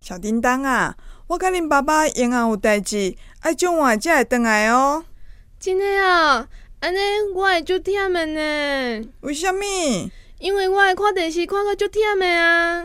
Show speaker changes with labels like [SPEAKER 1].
[SPEAKER 1] 小叮当啊，我甲恁爸爸闲啊有代志，爱种晚才会倒来哦。
[SPEAKER 2] 真的啊，安尼我会足忝的呢，
[SPEAKER 1] 为什物
[SPEAKER 2] 因为我会看电视看到足忝的啊。